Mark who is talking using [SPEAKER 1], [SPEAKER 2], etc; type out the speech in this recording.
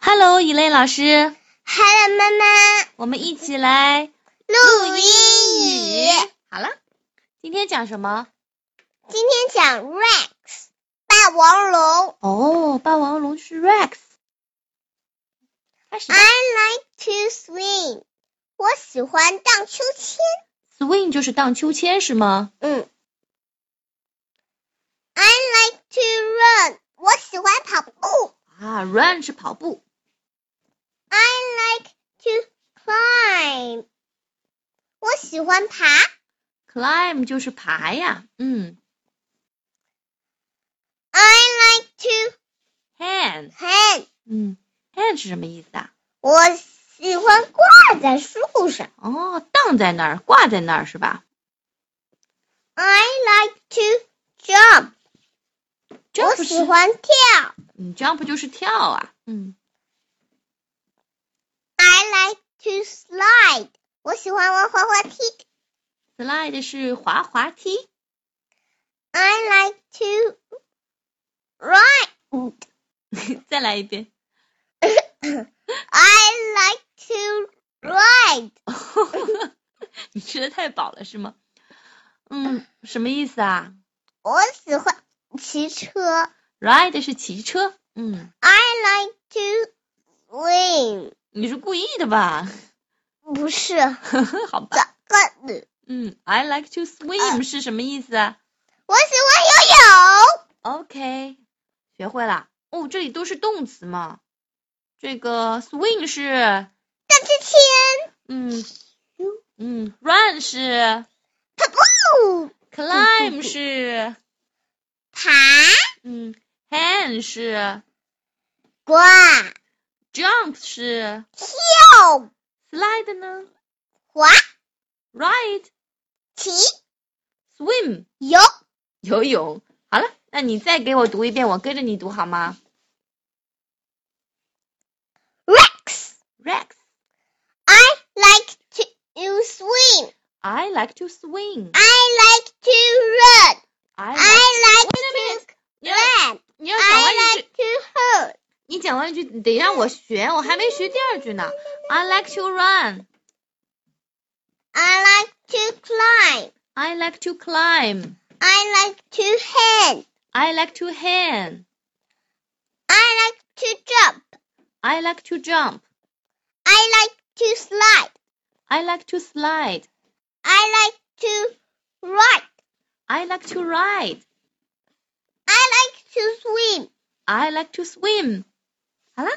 [SPEAKER 1] Hello，以磊老师，
[SPEAKER 2] Hello，妈妈，
[SPEAKER 1] 我们一起来
[SPEAKER 2] 录英语。
[SPEAKER 1] 好了，今天讲什么？
[SPEAKER 2] 今天讲 Rex 霸王龙。
[SPEAKER 1] 哦，霸王龙是 Rex。二十
[SPEAKER 2] I like to swing，我喜欢荡秋千。
[SPEAKER 1] swing 就是荡秋千是吗？
[SPEAKER 2] 嗯。I like to run，我喜欢跑步。
[SPEAKER 1] 啊，run 是跑步。
[SPEAKER 2] I like to climb，我喜欢爬。
[SPEAKER 1] climb 就是爬呀。嗯
[SPEAKER 2] I like to
[SPEAKER 1] ，hand，
[SPEAKER 2] hang，
[SPEAKER 1] 嗯，hand 是什么意思啊？
[SPEAKER 2] 我喜欢挂在树上。
[SPEAKER 1] 哦，荡在那儿，挂在那儿是吧
[SPEAKER 2] I like to jump，我
[SPEAKER 1] ？jump
[SPEAKER 2] 喜
[SPEAKER 1] 是，
[SPEAKER 2] 欢跳。
[SPEAKER 1] 嗯，jump 就是跳啊。嗯
[SPEAKER 2] I like to slide，我喜欢玩滑滑梯。
[SPEAKER 1] ，slide 是滑滑梯。
[SPEAKER 2] I like to ride，
[SPEAKER 1] 再来一遍。
[SPEAKER 2] I like to ride，
[SPEAKER 1] 你吃的太饱了是吗？嗯，什么意思啊
[SPEAKER 2] 我喜欢骑车。
[SPEAKER 1] ？Ride 是骑车，嗯，
[SPEAKER 2] I like to swim，
[SPEAKER 1] 你是故意的吧？
[SPEAKER 2] 不是
[SPEAKER 1] 好吧，
[SPEAKER 2] 这个的。
[SPEAKER 1] 嗯，I like to swim 是什么意思啊
[SPEAKER 2] 我喜欢游泳。
[SPEAKER 1] ？OK，学会了。哦，这里都是动词嘛。这个 swing 是，
[SPEAKER 2] 荡秋千，
[SPEAKER 1] 嗯嗯，run 是
[SPEAKER 2] 哦，
[SPEAKER 1] ，climb 是，
[SPEAKER 2] 爬
[SPEAKER 1] 嗯，hand 是
[SPEAKER 2] 挂
[SPEAKER 1] ，jump 是
[SPEAKER 2] 跳
[SPEAKER 1] ，slide 呢
[SPEAKER 2] 滑
[SPEAKER 1] ，ride
[SPEAKER 2] 骑
[SPEAKER 1] swim。
[SPEAKER 2] 游。
[SPEAKER 1] 游泳。好了，那你再给我读一遍，我跟着你读好吗
[SPEAKER 2] Rex。
[SPEAKER 1] ？Rex,
[SPEAKER 2] I like to swim.
[SPEAKER 1] I like to swing.
[SPEAKER 2] I like to run.
[SPEAKER 1] I like.
[SPEAKER 2] I like
[SPEAKER 1] Wait a
[SPEAKER 2] to
[SPEAKER 1] 你要
[SPEAKER 2] run.
[SPEAKER 1] 你要讲完
[SPEAKER 2] I
[SPEAKER 1] 一
[SPEAKER 2] like
[SPEAKER 1] 句，
[SPEAKER 2] to hold.
[SPEAKER 1] 你讲完一句得让我学，我还没学第二句呢。I like to run.
[SPEAKER 2] I like to climb.
[SPEAKER 1] I like to climb.
[SPEAKER 2] I like to hand.
[SPEAKER 1] I like to hand.
[SPEAKER 2] I like to jump.
[SPEAKER 1] I like to jump.
[SPEAKER 2] I like to slide.
[SPEAKER 1] I like to slide.
[SPEAKER 2] I like to ride.
[SPEAKER 1] I like to ride.
[SPEAKER 2] I like to swim.
[SPEAKER 1] I like to swim. 好了，